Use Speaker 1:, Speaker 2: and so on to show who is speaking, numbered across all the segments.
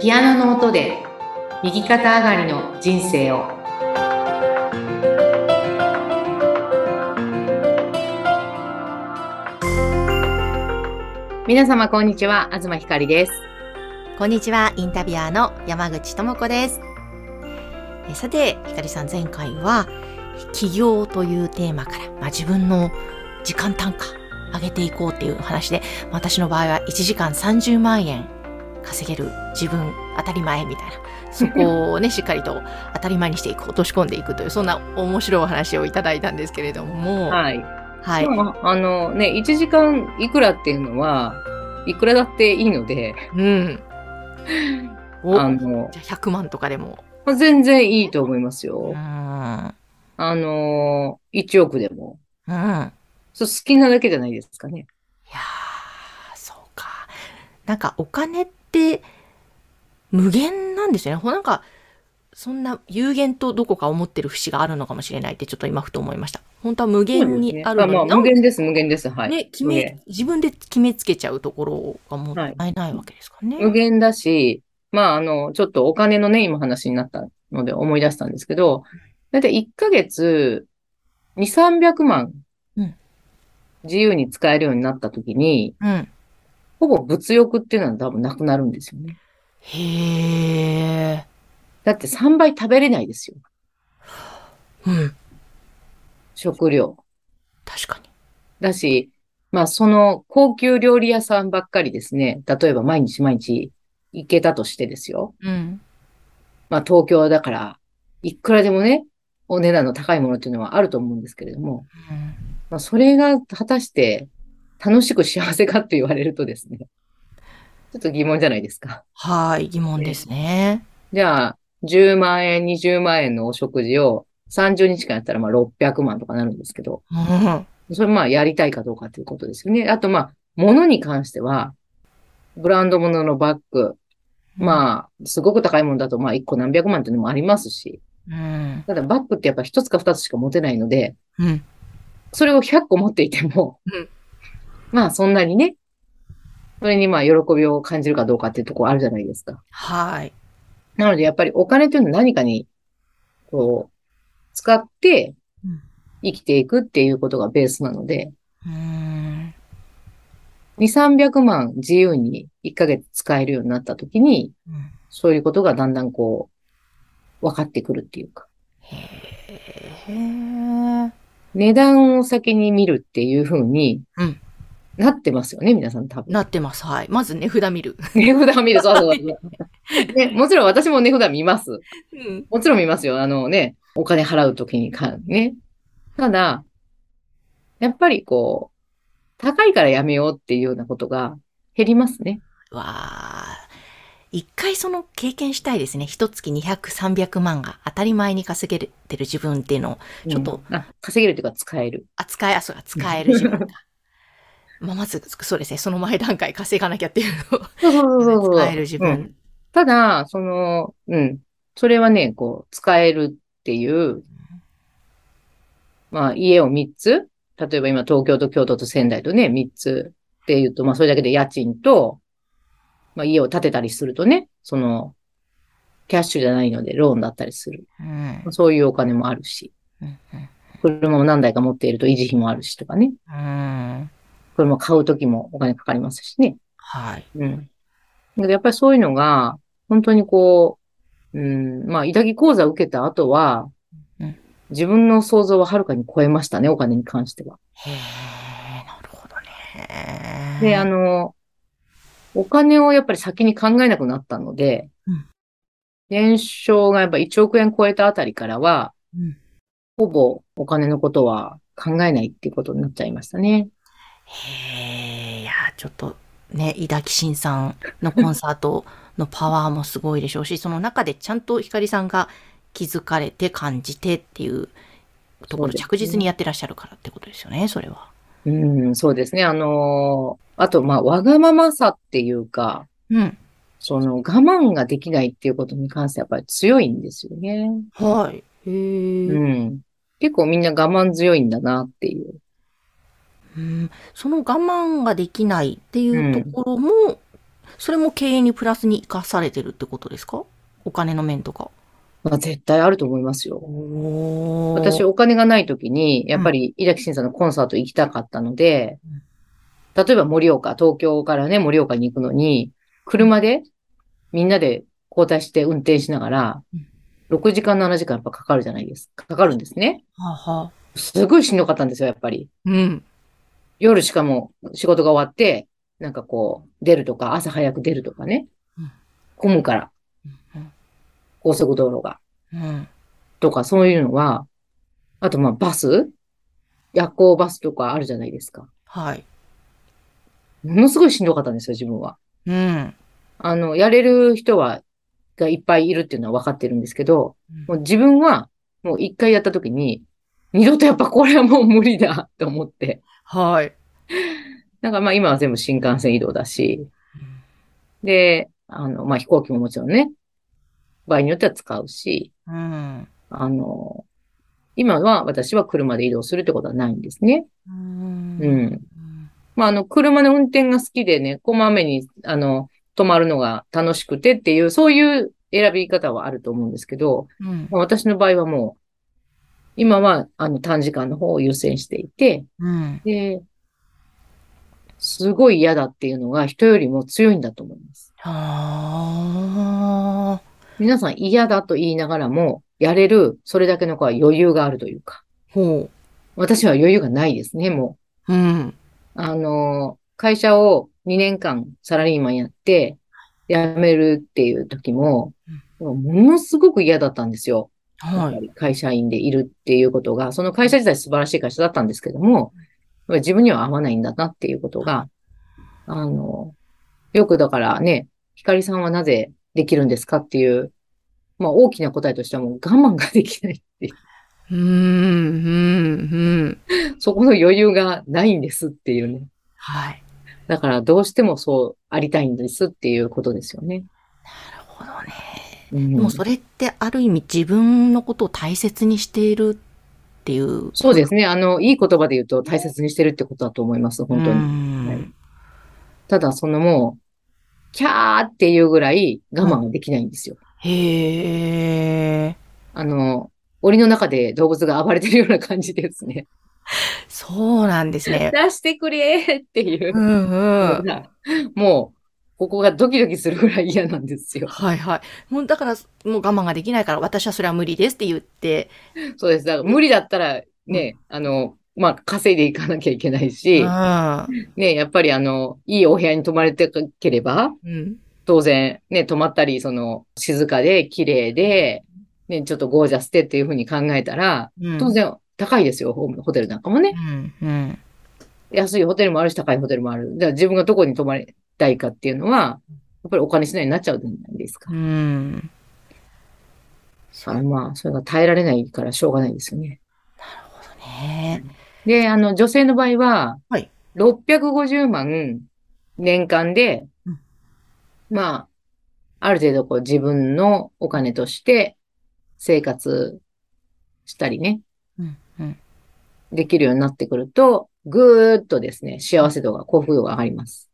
Speaker 1: ピアノの音で右肩上がりの人生を皆様こんにちは東ひかりです
Speaker 2: こんにちは、インタビュアーの山口智子です。えさて、ひかりさん、前回は、起業というテーマから、まあ、自分の時間単価上げていこうっていう話で、まあ私の場合は1時間30万円稼げる自分当たり前みたいな、そこを ね、しっかりと当たり前にしていく、落とし込んでいくという、そんな面白いお話をいただいたんですけれども、はい。
Speaker 1: はい、まあ、あのね1時間いくらっていうのはいくらだっていいので
Speaker 2: うん。お
Speaker 1: あの
Speaker 2: じゃあ100万とかでも。
Speaker 1: まあ全然いいと思いますよ
Speaker 2: う。ん。
Speaker 1: あの1億でも
Speaker 2: うん。
Speaker 1: そう好きなだけじゃないですかね。
Speaker 2: いやー、そうか。なんかお金って無限なんですよね。ほなんか、そんな有限とどこか思ってる節があるのかもしれないってちょっと今ふと思いました。本当は無限にあるのに
Speaker 1: まあ、まあ
Speaker 2: なん
Speaker 1: 無
Speaker 2: か
Speaker 1: 限です無限ですはい、
Speaker 2: ね、決
Speaker 1: 無
Speaker 2: め
Speaker 1: 限、
Speaker 2: 自分で決めつけちゃうところがもったいないわけですかね。
Speaker 1: 無限だし、まあ、あの、ちょっとお金のね、今話になったので思い出したんですけど、だいたい1ヶ月2、300万
Speaker 2: うん
Speaker 1: 自由に使えるようになった時に、
Speaker 2: うん。
Speaker 1: ほぼ物欲っていうのは多分なくなるんですよね。
Speaker 2: へー。
Speaker 1: だって3倍食べれないですよ。
Speaker 2: うん。
Speaker 1: 食料。
Speaker 2: 確かに。
Speaker 1: だし、まあ、その高級料理屋さんばっかりですね、例えば毎日毎日行けたとしてですよ。
Speaker 2: うん。
Speaker 1: まあ東京だから、いくらでもね、お値段の高いものっていうのはあると思うんですけれども、
Speaker 2: うん
Speaker 1: まあそれが果たして楽しく幸せかって言われるとですね、ちょっと疑問じゃないですか。
Speaker 2: はい、疑問ですね。
Speaker 1: じゃあ、10万円、20万円のお食事を30日間やったらまあ600万とかなるんですけど、
Speaker 2: うん。
Speaker 1: それまあやりたいかどうかということですよね。あとまあ、物に関しては、ブランド物ののバッグ、まあ、すごく高いものだとまあ1個何百万っていうのもありますし、
Speaker 2: うん。
Speaker 1: ただバッグってやっぱ一つか二つしか持てないので、
Speaker 2: うん。
Speaker 1: それを100個持っていても、
Speaker 2: うん
Speaker 1: まあそんなにね、それにまあ喜びを感じるかどうかっていうところあるじゃないですか。
Speaker 2: はい。
Speaker 1: なのでやっぱりお金というのは何かに、こう、使って
Speaker 2: うん
Speaker 1: 生きていくっていうことがベースなので、
Speaker 2: うん。
Speaker 1: 2、300万自由に1ヶ月使えるようになった時に、
Speaker 2: うん
Speaker 1: そういうことがだんだんこう、分かってくるっていうか、
Speaker 2: へー
Speaker 1: 値段を先に見るっていうふうに
Speaker 2: うん
Speaker 1: なってますよね、皆さん多分。
Speaker 2: なってます。はい。まず値札見る。
Speaker 1: 値札を見る、 そうそうそう。ね、もちろん私も値札見ます。
Speaker 2: うん。
Speaker 1: もちろん見ますよ。あのね、お金払うときにか、ね。ただ、やっぱりこう、高いからやめようっていうようなことが減りますね。
Speaker 2: わあ。一回その経験したいですね。一月200、300万が当たり前に稼げてる自分っていうのをちょっと
Speaker 1: うんあ稼げるというか使える。
Speaker 2: 扱い、あ、そうか、使える自分 が。まあ、まず、そうですね。その前段階稼がなきゃっていう
Speaker 1: そうそう
Speaker 2: の を使える自
Speaker 1: うん
Speaker 2: 分。
Speaker 1: ただ、その、うん。それはね、こう、使えるっていう、まあ、家を3つ。例えば今、東京と京都と仙台とね、3つっていうと、まあ、それだけで家賃と、まあ、家を建てたりするとね、その、キャッシュじゃないので、ローンだったりする。
Speaker 2: うん。うん
Speaker 1: そういうお金もあるし、
Speaker 2: うん
Speaker 1: 車も何台か持っていると維持費もあるしとかね。
Speaker 2: うん。
Speaker 1: 車買うときもお金かかりますしね。
Speaker 2: はい。
Speaker 1: うん。だけどやっぱりそういうのが、本当にこう、うん、まあ、委託講座を受けた後は
Speaker 2: うん、
Speaker 1: 自分の想像ははるかに超えましたね、お金に関しては。
Speaker 2: へえ、なるほどね。
Speaker 1: で、あの、お金をやっぱり先に考えなくなったので
Speaker 2: うん、
Speaker 1: 年商がやっぱ1億円超えたあたりからは、
Speaker 2: うん
Speaker 1: ほぼお金のことは考えないっていうことになっちゃいましたね。
Speaker 2: へえ、いや、ちょっとね、伊田紀信さんのコンサートのパワーもすごいでしょうし、その中でちゃんと光さんが気づかれて感じてっていうとこ
Speaker 1: そ
Speaker 2: ろ、
Speaker 1: うですね
Speaker 2: 着実にやってらっしゃるからってことですよね、それは。
Speaker 1: うん、そうですね。あの、あと、まあ、わがままさっていうか、
Speaker 2: うん。
Speaker 1: その我慢ができないっていうことに関してはやっぱり強いんですよね。
Speaker 2: はい。へえ。
Speaker 1: うん。結構みんな我慢強いんだなっていう。
Speaker 2: うん。その我慢ができないっていうところも、それも経営にプラスに生かされてるってことですかお金の面とか。
Speaker 1: まあ、絶対あると思いますよ。
Speaker 2: お
Speaker 1: 私、お金がない時に、やっぱり、井崎慎さんのコンサート行きたかったので、例えば盛岡、東京からね、盛岡に行くのに、車で、みんなで交代して運転しながら
Speaker 2: うん、
Speaker 1: 6時間、7時間やっぱかかるじゃないですか。かかるんですね。
Speaker 2: はあはあ
Speaker 1: すごいしんどかったんですよ、やっぱり。
Speaker 2: うん。
Speaker 1: 夜しかも仕事が終わって、なんかこう、出るとか、朝早く出るとかね
Speaker 2: うん。
Speaker 1: 混むから、
Speaker 2: うん
Speaker 1: 高速道路が。
Speaker 2: うん。
Speaker 1: とか、そういうのは、あと、まあ、バス夜行バスとかあるじゃないですか。
Speaker 2: はい。
Speaker 1: ものすごいしんどかったんですよ、自分は。
Speaker 2: うん。
Speaker 1: あの、やれる人は、がいっぱいいるっていうのは分かってるんですけど、も
Speaker 2: う
Speaker 1: う自分は、もう一回やった時に、二度とやっぱこれはもう無理だと思って。
Speaker 2: はい。
Speaker 1: なんかまあ今は全部新幹線移動だし、で、あの、まあ飛行機ももちろんね、場合によっては使うし、
Speaker 2: うん。
Speaker 1: あの、今は私は車で移動するってことはないんですね。
Speaker 2: う。
Speaker 1: うんん。まあ、あの、車の運転が好きでね、こまめに、あの、止まるのが楽しくてっていう、そういう選び方はあると思うんですけど、
Speaker 2: うん。
Speaker 1: まあ私の場合はもう、今は、あの、短時間の方を優先していて、
Speaker 2: うん。
Speaker 1: で、すごい嫌だっていうのが人よりも強いんだと思います。
Speaker 2: はあ。
Speaker 1: 皆さん嫌だと言いながらも、やれる、それだけの子は余裕があるというか、
Speaker 2: ほ
Speaker 1: 私は余裕がないですね、も
Speaker 2: う。うん。
Speaker 1: う。あの、会社を2年間サラリーマンやって、辞めるっていう時も、ものすごく嫌だったんですよ。やっ
Speaker 2: は
Speaker 1: ぱ
Speaker 2: い。
Speaker 1: り会社員でいるっていうことが、その会社自体素晴らしい会社だったんですけども、やっぱり自分には合わないんだなっていうことが、あの、よくだからね、ひかりさんはなぜできるんですかっていう、まあ大きな答えとしてはもう我慢ができない っていう、
Speaker 2: うん。うん。うん。
Speaker 1: そこの余裕がないんですっていうね。
Speaker 2: はい。
Speaker 1: だからどうしてもそうありたいんですっていうことですよね。
Speaker 2: なるほどね。
Speaker 1: うん
Speaker 2: でもそれってある意味自分のことを大切にしているっていう。
Speaker 1: そうですね。あの、いい言葉で言うと大切にしてるってことだと思います、本当に。は
Speaker 2: に。
Speaker 1: ただ、そのもう、キャーっていうぐらい我慢ができないんですよ。
Speaker 2: へえ。
Speaker 1: あの、檻の中で動物が暴れてるような感じですね。
Speaker 2: そうなんです
Speaker 1: 出
Speaker 2: ね。
Speaker 1: してくれーっていう
Speaker 2: う。んうん。
Speaker 1: もう、ここがドキドキするぐらい嫌なんですよ。
Speaker 2: はいはい。もうだから、もう我慢ができないから、私はそれは無理ですって言って。
Speaker 1: そうです。だから無理だったらね、あの、まあ、稼いでいかなきゃいけないし
Speaker 2: う、ん。
Speaker 1: ね、やっぱりあの、いいお部屋に泊まれてければ、
Speaker 2: うん。
Speaker 1: 当然、ね、泊まったり、その、静かで、綺麗で、ね、ちょっとゴージャスでっていうふうに考えたら、
Speaker 2: うん
Speaker 1: 当。然高いですよ、ホームホテルなんかもね。
Speaker 2: うん。うん。
Speaker 1: 安いホテルもあるし、高いホテルもある。だから自分がどこに泊まりたいかっていうのは、やっぱりお金次第になっちゃうじゃないですか。
Speaker 2: うん。
Speaker 1: あのまあ、それが耐えられないからしょうがないですよね。
Speaker 2: ね
Speaker 1: で、あの、女性の場合は、
Speaker 2: はい
Speaker 1: 650万年間で、
Speaker 2: うん
Speaker 1: まあ、ある程度こう自分のお金として生活したりね、
Speaker 2: うん。うん。
Speaker 1: できるようになってくると、ぐーっとですね、幸せ度が、幸福度が上がります。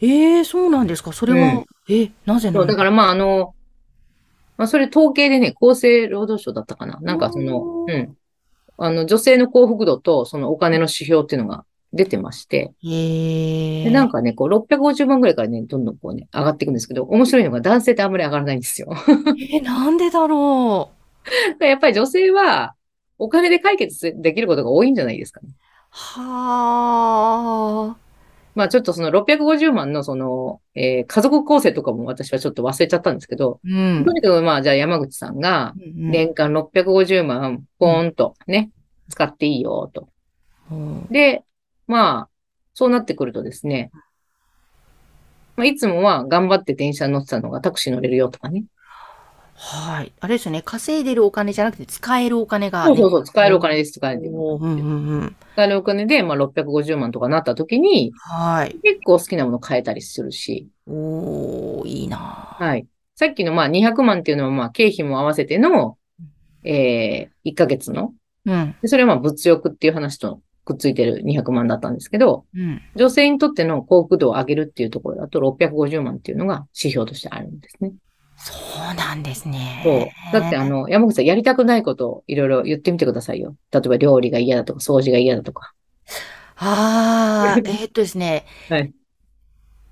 Speaker 2: ええ、そうなんですか。それ
Speaker 1: う
Speaker 2: は、え、なぜ
Speaker 1: そ
Speaker 2: な、
Speaker 1: う、だかららまああの、まあそれ統計でね、厚生労働省だったかな。なんかその
Speaker 2: お、
Speaker 1: う
Speaker 2: ー
Speaker 1: ん。あの、女性の幸福度とそのお金の指標っていうのが出てまして、
Speaker 2: ええ。
Speaker 1: で、なんかね、こう650万ぐらいからね、どんどんこうね、上がっていくんですけど、面白いのが男性ってあんまり上がらないんですよ。
Speaker 2: え、なんでだろう。
Speaker 1: やっぱり女性はお金で解決できることが多いんじゃないですかね。
Speaker 2: はあ。
Speaker 1: まあちょっとその650万のその、えー家族構成とかも私はちょっと忘れちゃったんですけど、
Speaker 2: うん
Speaker 1: と。にかくまあじゃあ山口さんが、
Speaker 2: ね。
Speaker 1: 年間650万、ポーンとね、使っていいよと。
Speaker 2: うん
Speaker 1: で、まあ、そうなってくるとですね、まあ、いつもは頑張って電車に乗ってたのがタクシー乗れるよとかね。
Speaker 2: はい。あれですよね。稼いでるお金じゃなくて使えるお金が
Speaker 1: そ
Speaker 2: ね。
Speaker 1: うそうそう、使えるお金です、使える。
Speaker 2: おー。うんうんうん。
Speaker 1: 使えるお金で、まあ650万とかなった時に、
Speaker 2: はい。
Speaker 1: 結構好きなもの買えたりするし、
Speaker 2: おー、いいな
Speaker 1: はい。さっきのまあ200万っていうのはまあ経費も合わせての、えー、1ヶ月の。
Speaker 2: うん。
Speaker 1: でそれはまあ物欲っていう話とくっついてる200万だったんですけど、
Speaker 2: うん。
Speaker 1: 女性にとっての幸福度を上げるっていうところだと650万っていうのが指標としてあるんですね。
Speaker 2: そうなんですね。
Speaker 1: そう。だってあの、山口さんやりたくないことをいろいろ言ってみてくださいよ。例えば料理が嫌だとか、掃除が嫌だとか。
Speaker 2: ああ、え ーっとですね。
Speaker 1: はい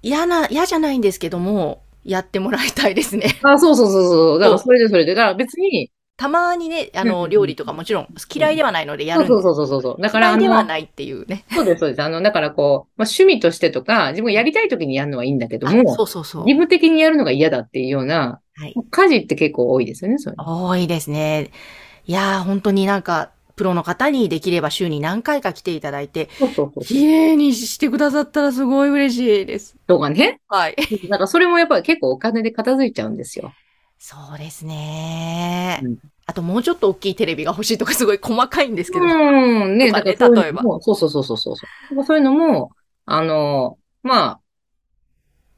Speaker 2: 嫌な、嫌じゃないんですけども、やってもらいたいですね。
Speaker 1: あ、そうそうそうそう。だからそれでそれで。だから別に、
Speaker 2: たまにね、あ
Speaker 1: うんうんう
Speaker 2: の、
Speaker 1: ん
Speaker 2: 料理とかもちろん嫌いではないのでや
Speaker 1: そ
Speaker 2: る
Speaker 1: うんそう
Speaker 2: です。
Speaker 1: そうそうそうそう。だから
Speaker 2: 嫌
Speaker 1: あ
Speaker 2: いでは
Speaker 1: の、
Speaker 2: ないっていうね。
Speaker 1: そうですそうです。あの、だからこう、まあ、趣味としてとか、自分がやりたい時にやるのはいいんだけど
Speaker 2: あ
Speaker 1: も、
Speaker 2: そうそうそう。
Speaker 1: 義務的にやるのが嫌だっていうような、
Speaker 2: はい
Speaker 1: 家事って結構多いですよね、それ。
Speaker 2: 多いですね。いやー、本当になんか、プロの方にできれば週に何回か来ていただいて、
Speaker 1: そうそうそう。
Speaker 2: 綺麗にしてくださったらすごい嬉しいです。
Speaker 1: とかね。
Speaker 2: はい。
Speaker 1: なんかそれもやっぱり結構お金で片付いちゃうんですよ。
Speaker 2: そうですね
Speaker 1: うん。
Speaker 2: あともうちょっと大きいテレビが欲しいとかすごい細かいんですけど。
Speaker 1: うん、ね、
Speaker 2: とかね
Speaker 1: そういうの
Speaker 2: 例えば
Speaker 1: もそうそうそうそうそうそう。そういうのも、あの、まあ、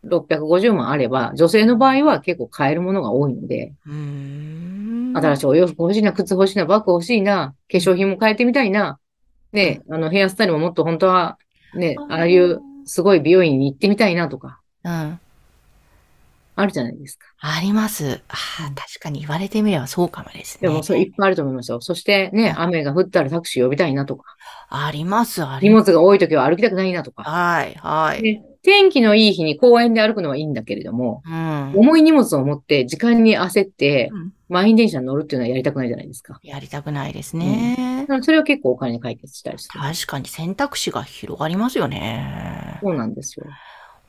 Speaker 1: 650万あれば、女性の場合は結構買えるものが多いので、
Speaker 2: うーん。
Speaker 1: 新しいお洋服欲しいな、靴欲しいな、バッグ欲しいな、化粧品も変えてみたいな、ね、あの、ヘアスタイルももっと本当は、ね、ああいうすごい美容院に行ってみたいなとか、
Speaker 2: うん。
Speaker 1: あるじゃないですか。
Speaker 2: あります。ああ、確かに言われてみればそうかもですね。
Speaker 1: でも、それいっぱいあると思いますよ。そしてね、雨が降ったらタクシー呼びたいなとか、
Speaker 2: あります、あ
Speaker 1: 荷
Speaker 2: ります。
Speaker 1: 物が多い時は歩きたくないなとか、
Speaker 2: はい、はい。
Speaker 1: ね天気のいい日に公園で歩くのはいいんだけれども、
Speaker 2: うん。
Speaker 1: 重い荷物を持って時間に焦って
Speaker 2: うん
Speaker 1: 満員電車に乗るっていうのはやりたくないじゃないですか。
Speaker 2: やりたくないですね。
Speaker 1: なのでそれは結構お金で解決したりする。
Speaker 2: 確かに選択肢が広がりますよね。
Speaker 1: そうなんですよ。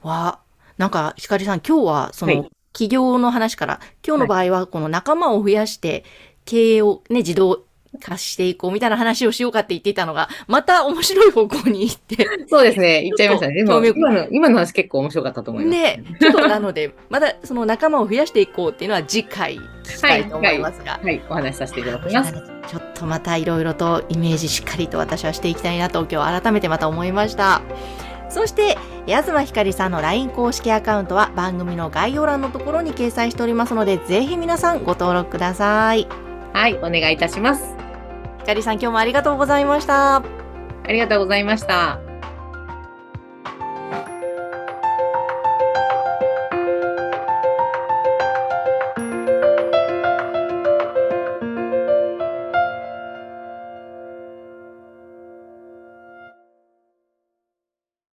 Speaker 2: わ、なんか、ひかりさん、今日は、その、
Speaker 1: はい
Speaker 2: 企業の話から、今日の場合は、この仲間を増やして、経営をね、自動化していこうみたいな話をしようかって言っていたのが、また面白い方向に行って、
Speaker 1: そうですね。言っちゃいましたね。で
Speaker 2: 興
Speaker 1: も
Speaker 2: 味深い
Speaker 1: 今の、今の話結構面白かったと思います。
Speaker 2: ね、ちょっとなので、まだその仲間を増やしていこうっていうのは次回聞きたいと思いますが。
Speaker 1: はい。お話しさせていただきます。
Speaker 2: ちょっとまたいろいろとイメージしっかりと私はしていきたいなと今日改めてまた思いました。そして、東ひかりさんの LINE 公式アカウントは番組の概要欄のところに掲載しておりますので、ぜひ皆さんご登録ください。
Speaker 1: はい。お願いいたします。
Speaker 2: ひかりさん今日もありがとうございました。
Speaker 1: ありがとうございました。